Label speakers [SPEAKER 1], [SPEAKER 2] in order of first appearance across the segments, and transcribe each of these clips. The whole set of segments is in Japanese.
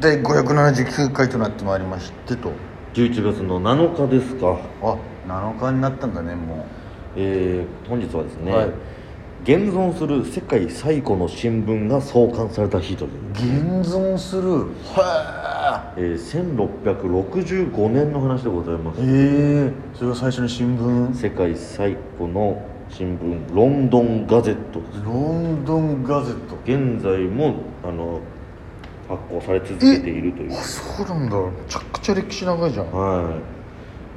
[SPEAKER 1] 第579回となってまいりましてと
[SPEAKER 2] 11月の7日ですか、
[SPEAKER 1] あ7日になったんだねも
[SPEAKER 2] えー本日はですね、
[SPEAKER 1] はい
[SPEAKER 2] 現存する世界最古の新聞が創刊された日という
[SPEAKER 1] う、現存するは
[SPEAKER 2] えー1665年の話でございます
[SPEAKER 1] ええそれが最初の新聞
[SPEAKER 2] 世界最古の新聞ロンドン・ガゼットです
[SPEAKER 1] ロンドンガゼット
[SPEAKER 2] 現在もあの発行され続けているという
[SPEAKER 1] あそうなんだめちゃくちゃ歴史長いじゃん
[SPEAKER 2] はい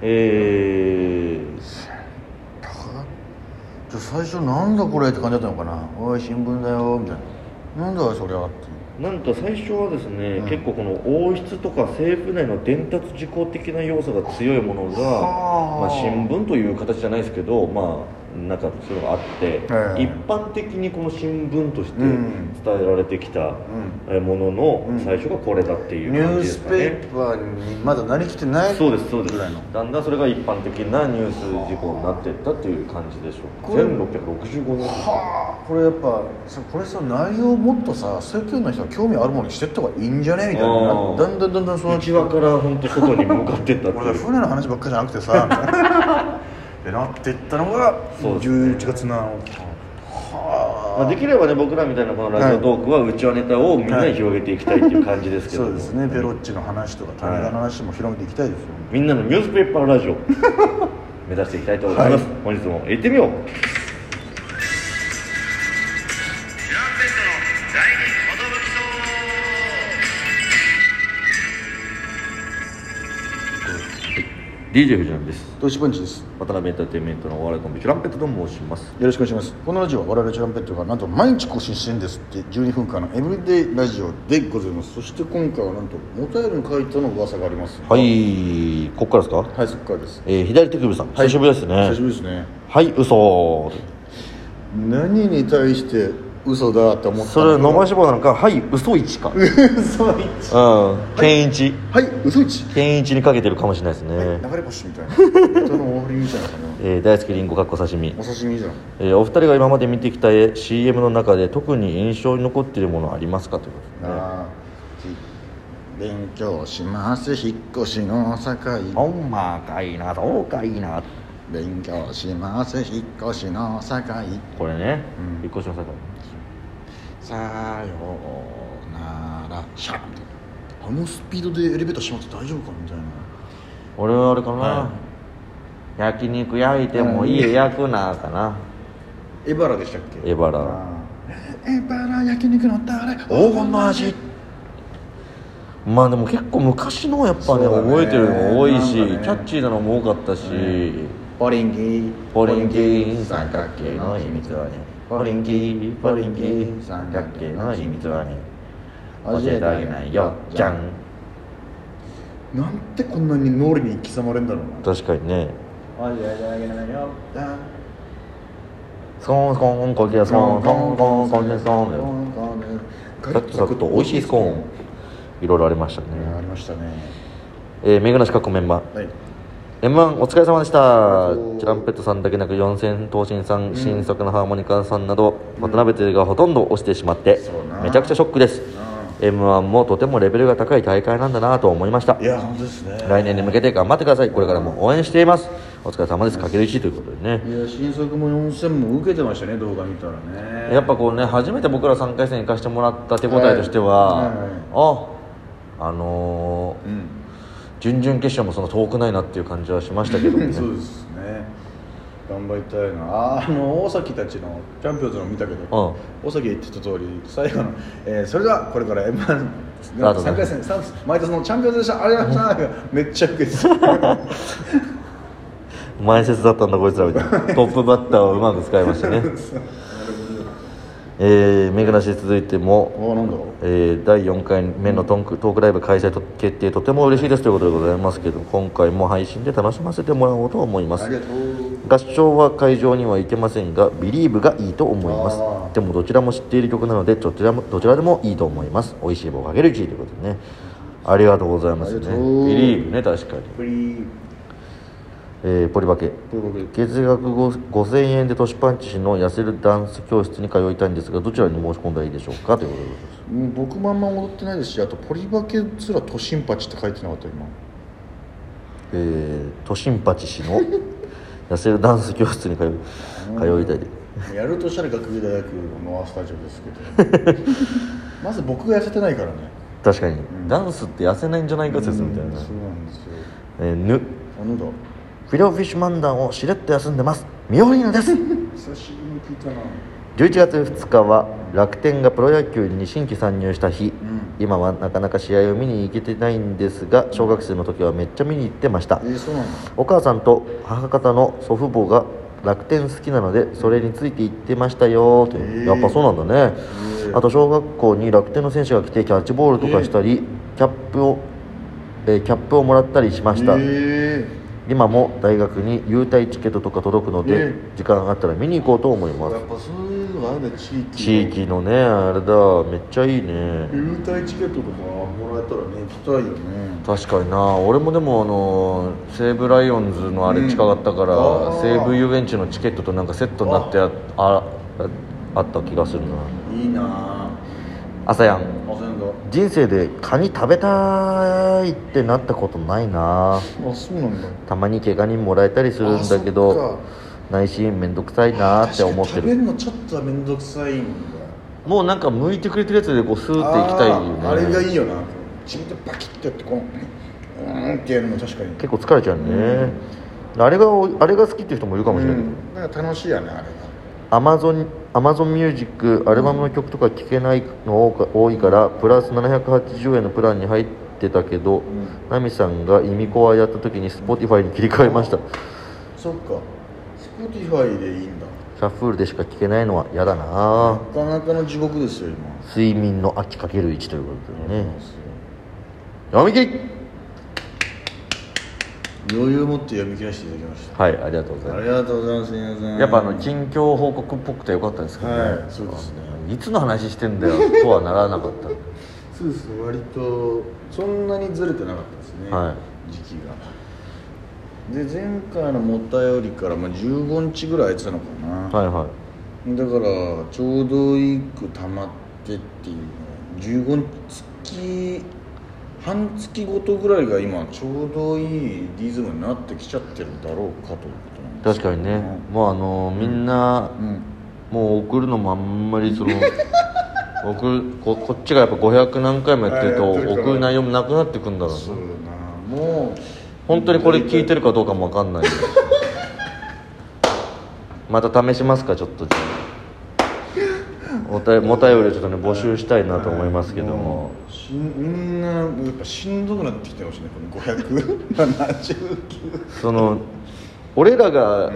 [SPEAKER 2] えー
[SPEAKER 1] じゃあ最初なんだこれって感じだったのかなおい新聞だよみたいななんだそりゃって
[SPEAKER 2] なんか最初はですね、結構この王室とか政府内の伝達事項的な要素が強いものが、ま
[SPEAKER 1] はあ
[SPEAKER 2] あ、新聞という形じゃないですけどまあなんかそういうのがあって、
[SPEAKER 1] ええ
[SPEAKER 2] 一般的にこの新聞として
[SPEAKER 1] うん
[SPEAKER 2] 伝えられてきたえものの
[SPEAKER 1] うん
[SPEAKER 2] 最初がこれだってい
[SPEAKER 1] ニ
[SPEAKER 2] う
[SPEAKER 1] ュ
[SPEAKER 2] 感
[SPEAKER 1] ー
[SPEAKER 2] じで
[SPEAKER 1] ス
[SPEAKER 2] す
[SPEAKER 1] ペ
[SPEAKER 2] かね、
[SPEAKER 1] ーパーにまだなりきてない
[SPEAKER 2] そうですそうです
[SPEAKER 1] ぐらいの
[SPEAKER 2] だんだんそれが一般的なニュース事項になっていったっていう感じでしょう
[SPEAKER 1] これ
[SPEAKER 2] か1665年
[SPEAKER 1] はあこれやっぱさこれさ内容もっとさ世間の人が興味あるものにしてった方がいいんじゃねみたい
[SPEAKER 2] あ
[SPEAKER 1] な
[SPEAKER 2] ー
[SPEAKER 1] だんだんだんだんそのうち
[SPEAKER 2] 内輪から本当外に向かっていったって
[SPEAKER 1] 俺ら
[SPEAKER 2] いう
[SPEAKER 1] 船の話ばっかじゃなくてさってなってったのが
[SPEAKER 2] そうですね
[SPEAKER 1] 11月7日は
[SPEAKER 2] まあ、できればね僕らみたいなこのラジオトークはうちわネタをみんなに広げていきたいっていう感じです
[SPEAKER 1] あ
[SPEAKER 2] けど
[SPEAKER 1] そ
[SPEAKER 2] も
[SPEAKER 1] うですねベロッチの話とか種田の話も広めていきたいですよね
[SPEAKER 2] みんなのニュースペーパーラ ジオ目指していきたいと思います、
[SPEAKER 1] は
[SPEAKER 2] 本日も行ってみようはい DJ 藤波です
[SPEAKER 1] 投資パンチです
[SPEAKER 2] 渡辺エンターテインメントのお笑いコンビチュランペットと申します
[SPEAKER 1] よろしくお願いしますこのラジオは我々チュランペットがなんと毎日更新してるんですって12分間のエブリデイラジオでございますそして今回はなんとモタイルに書いたの噂があります
[SPEAKER 2] はいここからですか、
[SPEAKER 1] はいそっからです
[SPEAKER 2] えー左手首さん、久しぶりですね
[SPEAKER 1] 久しぶりですね
[SPEAKER 2] はい嘘
[SPEAKER 1] 何に対して嘘だって思った
[SPEAKER 2] それは
[SPEAKER 1] の
[SPEAKER 2] 伸ばし棒なのかはい嘘一か
[SPEAKER 1] 嘘一
[SPEAKER 2] うん健一
[SPEAKER 1] はい嘘一
[SPEAKER 2] 健一にかけてるかもしれないですね、
[SPEAKER 1] 流れ星みたいな人の大振りみたいなかな
[SPEAKER 2] えー大好きりんごかっこ刺身
[SPEAKER 1] お、刺身じゃん
[SPEAKER 2] えーお二人が今まで見てきた絵 CM の中で特に印象に残っているものありますかということですね
[SPEAKER 1] あー勉強します引っ越しの境
[SPEAKER 2] ほんまかいなどうかいな
[SPEAKER 1] 勉強します引っ越しの境
[SPEAKER 2] これね、
[SPEAKER 1] うん
[SPEAKER 2] 引っ越しの際
[SPEAKER 1] さようならシャッみたいなあのスピードでエレベーター閉まって大丈夫かみたいな
[SPEAKER 2] 俺はあれかな、
[SPEAKER 1] は
[SPEAKER 2] 焼肉焼いても家焼くなかな
[SPEAKER 1] エバラでしたっけ
[SPEAKER 2] エバラ
[SPEAKER 1] あーエバラ焼肉のタレ黄金の味
[SPEAKER 2] まあでも結構昔のやっぱね
[SPEAKER 1] そうだね
[SPEAKER 2] 覚えてるの多いし、
[SPEAKER 1] なんかね
[SPEAKER 2] キャッチーなのも多かったし、
[SPEAKER 1] ポリンキー
[SPEAKER 2] ポリンキー三角形の秘密はねポリンキーポリンキー三角形の秘密はね教えてあげないよじゃん
[SPEAKER 1] なんてこんなに脳裏に刻まれるんだろう
[SPEAKER 2] 確かにね
[SPEAKER 1] な教えてあげないよじゃん
[SPEAKER 2] スコーンスコーンこちらスコーンスコーンスコーンこちらスコーンだよサクサクと美味しいスコーンいろいろありましたね、
[SPEAKER 1] ありましたね
[SPEAKER 2] えー、メガネ四角メンバー
[SPEAKER 1] はい
[SPEAKER 2] M1 お疲れ様でした
[SPEAKER 1] りがとう
[SPEAKER 2] チュランペットさんだけなく四千頭身さん、新作のハーモニカさんなど渡辺というがほとんど落ちてしまって
[SPEAKER 1] そうな
[SPEAKER 2] めちゃくちゃショックです
[SPEAKER 1] う
[SPEAKER 2] M1 もとてもレベルが高い大会なんだなと思いました
[SPEAKER 1] いや本当ですね
[SPEAKER 2] 来年に向けて頑張ってくださいこれからも応援していますお疲れ様ですかける1ということでね
[SPEAKER 1] いや新作も4000も受けてましたね動画見たらね
[SPEAKER 2] やっぱこうね初めて僕ら3回戦行かせてもらった手応えとしては、
[SPEAKER 1] はいはい
[SPEAKER 2] ああのー
[SPEAKER 1] うん
[SPEAKER 2] 準々決勝もその遠くないなっていう感じはしましたけど もね
[SPEAKER 1] そうですね頑張りたいなああの大崎たちのチャンピオンズの見たけど、大崎言ってた通り最後の、えーそれではこれから m 1
[SPEAKER 2] タートだ
[SPEAKER 1] 3回戦スタートです毎年のチャンピオンズでしたありがとうござ いましためっちゃウケてた
[SPEAKER 2] 前説だったんだこいつらみたい なトップバッターをうまく使いましたねえー、目がなし続いても、
[SPEAKER 1] おなんだろ
[SPEAKER 2] えー第4回目のトンクトークライブ開催と決定とても嬉しいですということでございますけど今回も配信で楽しませてもらおうと思い
[SPEAKER 1] う
[SPEAKER 2] ま
[SPEAKER 1] あ
[SPEAKER 2] す
[SPEAKER 1] りがとう
[SPEAKER 2] 合唱は会場には行けませんが「Believe」がいいと思いま
[SPEAKER 1] あー
[SPEAKER 2] すでもどちらも知っている曲なのでどちらもどちらでもいいと思います美味しい棒かける1ということでねありがとうございますね
[SPEAKER 1] あり
[SPEAKER 2] 「
[SPEAKER 1] がとう
[SPEAKER 2] Believe」ね確かに
[SPEAKER 1] プリー
[SPEAKER 2] ええーポリバケ
[SPEAKER 1] というわけで
[SPEAKER 2] 月額5 5000円で都市パンチ氏の痩せるダンス教室に通いたいんですがどちらに申し込んだらいいでしょうかということでございます
[SPEAKER 1] うん僕もあんま踊ってないですしあとポリバケすら都心パチって書いてなかった今
[SPEAKER 2] えー、都心パチ氏の痩せるダンス教室に通い通いたいで
[SPEAKER 1] やるとしたら学芸大学のノアスタジオです けどまず僕が痩せてないからね
[SPEAKER 2] 確かに、
[SPEAKER 1] ん
[SPEAKER 2] ダンスって痩せないんじゃないか説みたい
[SPEAKER 1] うん
[SPEAKER 2] な、
[SPEAKER 1] そうなんですよ
[SPEAKER 2] えーぬ
[SPEAKER 1] あのだ
[SPEAKER 2] フィレオフィッシュ漫談をしれっと休んでますミオリーナです
[SPEAKER 1] 久しぶりに聞いたな
[SPEAKER 2] 11月2日は楽天がプロ野球に新規参入した日、
[SPEAKER 1] ん
[SPEAKER 2] 今はなかなか試合を見に行けてないんですが小学生の時はめっちゃ見に行ってました
[SPEAKER 1] えー、そうなんだ
[SPEAKER 2] お母さんと母方の祖父母が楽天好きなのでそれについて行ってましたよという、
[SPEAKER 1] えー
[SPEAKER 2] やっぱそうなんだね、
[SPEAKER 1] えー
[SPEAKER 2] あと小学校に楽天の選手が来てキャッチボールとかしたり、キャップを、えーキャップをもらったりしました、
[SPEAKER 1] え
[SPEAKER 2] 今も大学に優待チケットとか届くので、
[SPEAKER 1] え
[SPEAKER 2] 時間あったら見に行こうと思い
[SPEAKER 1] ー、
[SPEAKER 2] ます
[SPEAKER 1] やっぱそういうのがあるね地域
[SPEAKER 2] 地域のねあれだめっちゃいいね
[SPEAKER 1] 優待チケットとかもらえたらね行きたいよね
[SPEAKER 2] 確かにな俺もでもあの西武ライオンズのあ
[SPEAKER 1] う
[SPEAKER 2] れ
[SPEAKER 1] ん
[SPEAKER 2] 近かったから、
[SPEAKER 1] あー
[SPEAKER 2] 西武遊園地のチケットとなんかセットになってああああった気がするない
[SPEAKER 1] いなぁ
[SPEAKER 2] 朝やん
[SPEAKER 1] あせんだ
[SPEAKER 2] 人生でカニ食べたいってなったことないな
[SPEAKER 1] あそうなんだ
[SPEAKER 2] たまに怪我人もらえたりするん
[SPEAKER 1] あ
[SPEAKER 2] だけ
[SPEAKER 1] そっ
[SPEAKER 2] ど
[SPEAKER 1] か
[SPEAKER 2] 内心めんどくさいなって思って
[SPEAKER 1] 確かに食べ
[SPEAKER 2] る
[SPEAKER 1] るのちょっとは面倒くさいんだ
[SPEAKER 2] もうなんか向いてくれてるやつでこうスー
[SPEAKER 1] あ
[SPEAKER 2] ッていきたいよね
[SPEAKER 1] ーあれがいいよな自分でパキッてやってこううーんってやるの確かに
[SPEAKER 2] 結構疲れちゃうね、あれがあれが好きっていう人もいるかもしれないけど、
[SPEAKER 1] うんなんか楽しいよねあれが
[SPEAKER 2] アマゾンアマゾンミュージックアルバムの曲とか聴けないの多か多いからプラス780円のプランに入ってたけど、
[SPEAKER 1] ん
[SPEAKER 2] ナミさんが「イミコア」やった時に Spotify に切り替えました
[SPEAKER 1] そっか Spotify でいいんだ
[SPEAKER 2] シャッフルでしか聴けないのは嫌だな
[SPEAKER 1] なかなかの地獄ですよ今
[SPEAKER 2] 睡眠の秋かける1ということでね
[SPEAKER 1] そう
[SPEAKER 2] 読み切り
[SPEAKER 1] 余裕持って読み切らせていただきまし
[SPEAKER 2] はいありがとうござい
[SPEAKER 1] たあ
[SPEAKER 2] ま
[SPEAKER 1] りがとうございます皆さん
[SPEAKER 2] すやっぱあの近況報告っぽくてよかったですけどね、
[SPEAKER 1] はいそうですね
[SPEAKER 2] いつの話してんだよとはならなかった
[SPEAKER 1] そうですね割とそんなにずれてなかったですね、
[SPEAKER 2] は
[SPEAKER 1] 時期がで前回のもったよりから、まあ、15日ぐらい空いてたのかな、
[SPEAKER 2] はいはい
[SPEAKER 1] だからちょうどいく溜まってっていうの15月半月ごとぐらいが今ちょうどいいリズムになってきちゃってるだろうかということなんです
[SPEAKER 2] 確かにね、もうあのみんな、
[SPEAKER 1] うん
[SPEAKER 2] もう送るのもあんまりその 送るここっちがやっぱ500何回もやってると
[SPEAKER 1] あやってるから
[SPEAKER 2] 送る内容もなくなってくんだろう
[SPEAKER 1] そう
[SPEAKER 2] な
[SPEAKER 1] だなもう
[SPEAKER 2] 本当にこれ聞いて
[SPEAKER 1] る
[SPEAKER 2] るかどうかもわかん ないまた試しますかちょっとじゃあおたもたよりをちょっとね募集したいなと思いますけども
[SPEAKER 1] しんみんなやっぱしんどくなってきてほしいねこの579
[SPEAKER 2] その俺らが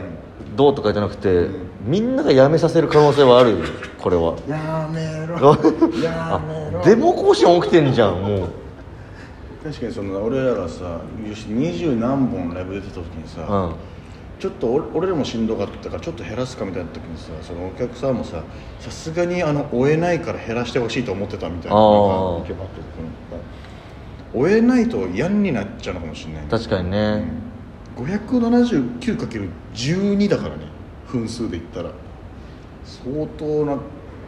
[SPEAKER 2] どうとかじゃなくて、みんながやめさせる可能性はあるよこれは
[SPEAKER 1] やめろやめろ
[SPEAKER 2] あデモ更新起きてんじゃんもう
[SPEAKER 1] 確かにその俺らがさ二十何本ライブ出てた時にさ、
[SPEAKER 2] うん
[SPEAKER 1] ちょっと俺俺らもしんどかったからちょっと減らすかみたいな時にさそのお客さんもささすがにあの追えないから減らしてほしいと思ってたみたいな
[SPEAKER 2] あー
[SPEAKER 1] なんか意見があったけど追えないと嫌になっちゃうのかもしれない、
[SPEAKER 2] 確かにね、
[SPEAKER 1] 579×12 だからね分数で言ったら相当な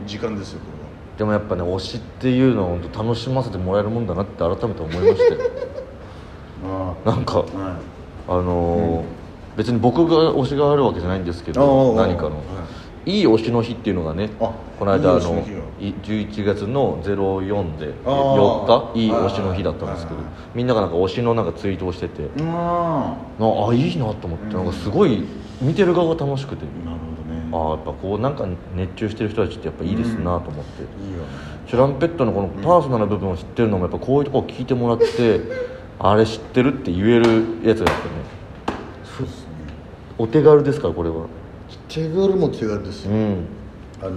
[SPEAKER 1] 時間ですよこ
[SPEAKER 2] でもやっぱね推しっていうのは本当楽しませてもらえるもんだなって改めて思いまして
[SPEAKER 1] れは
[SPEAKER 2] なんか
[SPEAKER 1] ああはい
[SPEAKER 2] あのー別に僕が推しがあるわけじゃないんですけど
[SPEAKER 1] おうおうおう
[SPEAKER 2] 何かの、、
[SPEAKER 1] はい
[SPEAKER 2] い推しの日っていうのがね
[SPEAKER 1] あ
[SPEAKER 2] この間
[SPEAKER 1] いい
[SPEAKER 2] あ
[SPEAKER 1] 推しの
[SPEAKER 2] の
[SPEAKER 1] 日はい
[SPEAKER 2] 11月の04で
[SPEAKER 1] あー
[SPEAKER 2] 4日いい
[SPEAKER 1] はいはい
[SPEAKER 2] 推しの日だったんですけど
[SPEAKER 1] はいはい
[SPEAKER 2] みんながなんか推しのなんかツイートをしてて
[SPEAKER 1] うーんな
[SPEAKER 2] なあいいなと思ってなんかすごい見てる側が楽しくて
[SPEAKER 1] るほどね
[SPEAKER 2] ああやっぱこうなんか熱中してる人たちってやっぱいいですなと思って。
[SPEAKER 1] いいよね
[SPEAKER 2] トランペットのこのパーソナルな部分を知ってるのもやっぱこういうとこを聞いてもらって、 あれ知ってるって言えるやつだったね
[SPEAKER 1] そうですね
[SPEAKER 2] お手軽ですからこれは
[SPEAKER 1] 手軽も手軽ですよ
[SPEAKER 2] うん
[SPEAKER 1] あの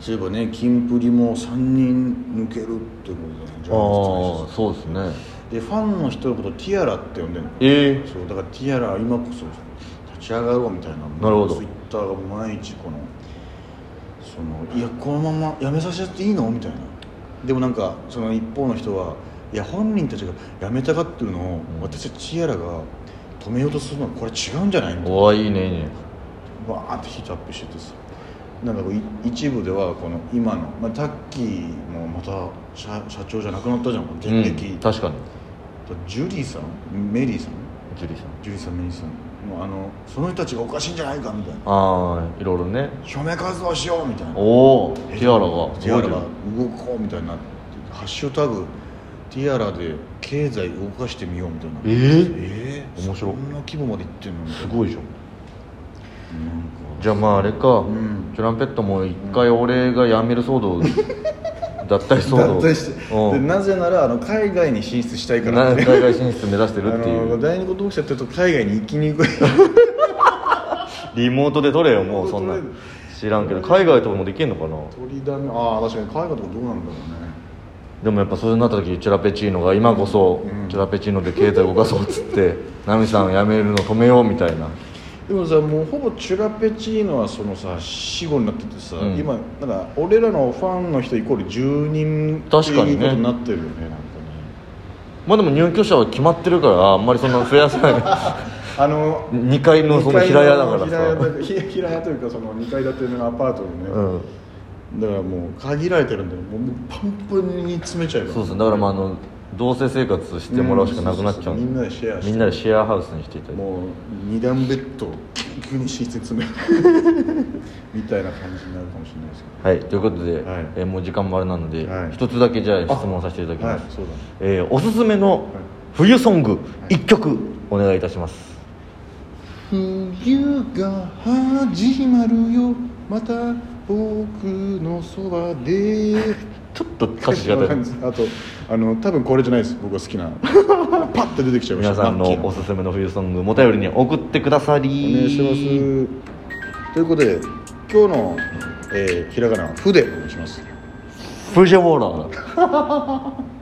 [SPEAKER 1] そういえばねキンプリも3人抜けるってことだねジ
[SPEAKER 2] ああ
[SPEAKER 1] ャニーズと
[SPEAKER 2] そうですね
[SPEAKER 1] でファンの人のことをティアラって呼んでるの
[SPEAKER 2] ええ
[SPEAKER 1] そうだからティアラ今こそ立ち上がろうみたいな
[SPEAKER 2] なるほど
[SPEAKER 1] ツイッターが毎日このそのいやこのままやめさせていいのみたいなでもなんかその一方の人はいや本人たちがやめたがってるのを、私たちティアラが止めようとするのこれ違うんじゃないみたいな
[SPEAKER 2] おおいいねいいね
[SPEAKER 1] バーってヒートアップしててさなんかこうい一部ではこの今の、まあ、タッキーもまた社社長じゃなくなったじゃん電撃、
[SPEAKER 2] うん、
[SPEAKER 1] だ
[SPEAKER 2] 確かに
[SPEAKER 1] ジュリーさんメリーさん
[SPEAKER 2] ジュリーさん
[SPEAKER 1] ジュリーさんメリーさんもうあのその人たちがおかしいんじゃないかみたいな
[SPEAKER 2] ああいろいろね
[SPEAKER 1] 署名活動しようみたいな
[SPEAKER 2] おおティアラが
[SPEAKER 1] ティアラが動こうみたいになって「ハッシュタグティアラで経済動かしてみよう」みたいな
[SPEAKER 2] えー
[SPEAKER 1] えー
[SPEAKER 2] 面白
[SPEAKER 1] そんな規模までいってんのみたい
[SPEAKER 2] す
[SPEAKER 1] な
[SPEAKER 2] ごいじゃん
[SPEAKER 1] なんか
[SPEAKER 2] じゃあまああれか、
[SPEAKER 1] ん
[SPEAKER 2] トランペットも一回俺が辞める騒動 脱退騒動
[SPEAKER 1] 脱退して、
[SPEAKER 2] うん
[SPEAKER 1] でなぜならあの海外に進出したいから
[SPEAKER 2] な
[SPEAKER 1] って
[SPEAKER 2] 海外進出目指して
[SPEAKER 1] あ
[SPEAKER 2] るってい
[SPEAKER 1] の
[SPEAKER 2] う
[SPEAKER 1] 第二言読者って言うと海外に行きに くい
[SPEAKER 2] リモートで撮れよもうそんな
[SPEAKER 1] リモート
[SPEAKER 2] 知らんけど海外とかもできんのかな
[SPEAKER 1] 取りだめああ確かに海外とかどうなんだろ
[SPEAKER 2] でもやっぱそうなった時チュラペチーノが今こそ、
[SPEAKER 1] うん
[SPEAKER 2] チュラペチーノで携帯動かそうっつって奈美さん辞めるの止めようみたいな
[SPEAKER 1] うねでもさもうほぼチュラペチーノはそのさ死後になっててさ、
[SPEAKER 2] うん
[SPEAKER 1] 今なんか俺らのファンの人イコール10人
[SPEAKER 2] 確かにね
[SPEAKER 1] っていうことになってるよねなんかね
[SPEAKER 2] まあでも入居者は決まってるからあんまりそんな増やさない
[SPEAKER 1] あの
[SPEAKER 2] 2階のその平屋だから
[SPEAKER 1] 平屋
[SPEAKER 2] さ
[SPEAKER 1] だひ 平屋というかその2階建てのアパートのね、
[SPEAKER 2] うん
[SPEAKER 1] だからもう限られてるんだよもうもうパンパンに詰めちゃえば
[SPEAKER 2] そうですねだからまああの同棲生活してもらうしかなくなっちゃうん
[SPEAKER 1] みんなでシェアして
[SPEAKER 2] みんなでシェアハウスにしていただいて
[SPEAKER 1] もう二段ベッドを急に寝室に詰める みたいな感じになるかもしれないです
[SPEAKER 2] はいということで、
[SPEAKER 1] はい
[SPEAKER 2] えーもう時間もあれなので一、
[SPEAKER 1] はい
[SPEAKER 2] つだけじゃあ質問させていただ
[SPEAKER 1] け
[SPEAKER 2] き
[SPEAKER 1] どは
[SPEAKER 2] ま
[SPEAKER 1] い
[SPEAKER 2] す、
[SPEAKER 1] そうだね
[SPEAKER 2] えーおすすめの冬ソング1曲お願いいたします、
[SPEAKER 1] 冬が始まるよまた僕のそばで
[SPEAKER 2] ちょっと歌詞が出る
[SPEAKER 1] あとあの多分これじゃないです僕が好き なパッて出てきちゃいました
[SPEAKER 2] 皆さん
[SPEAKER 1] ラッキー
[SPEAKER 2] の
[SPEAKER 1] な
[SPEAKER 2] おすすめの冬ソングも頼りに送ってくださり
[SPEAKER 1] お願いしますということで今日の、えーひらがなは「ふ」でお願いします
[SPEAKER 2] すフジョーラー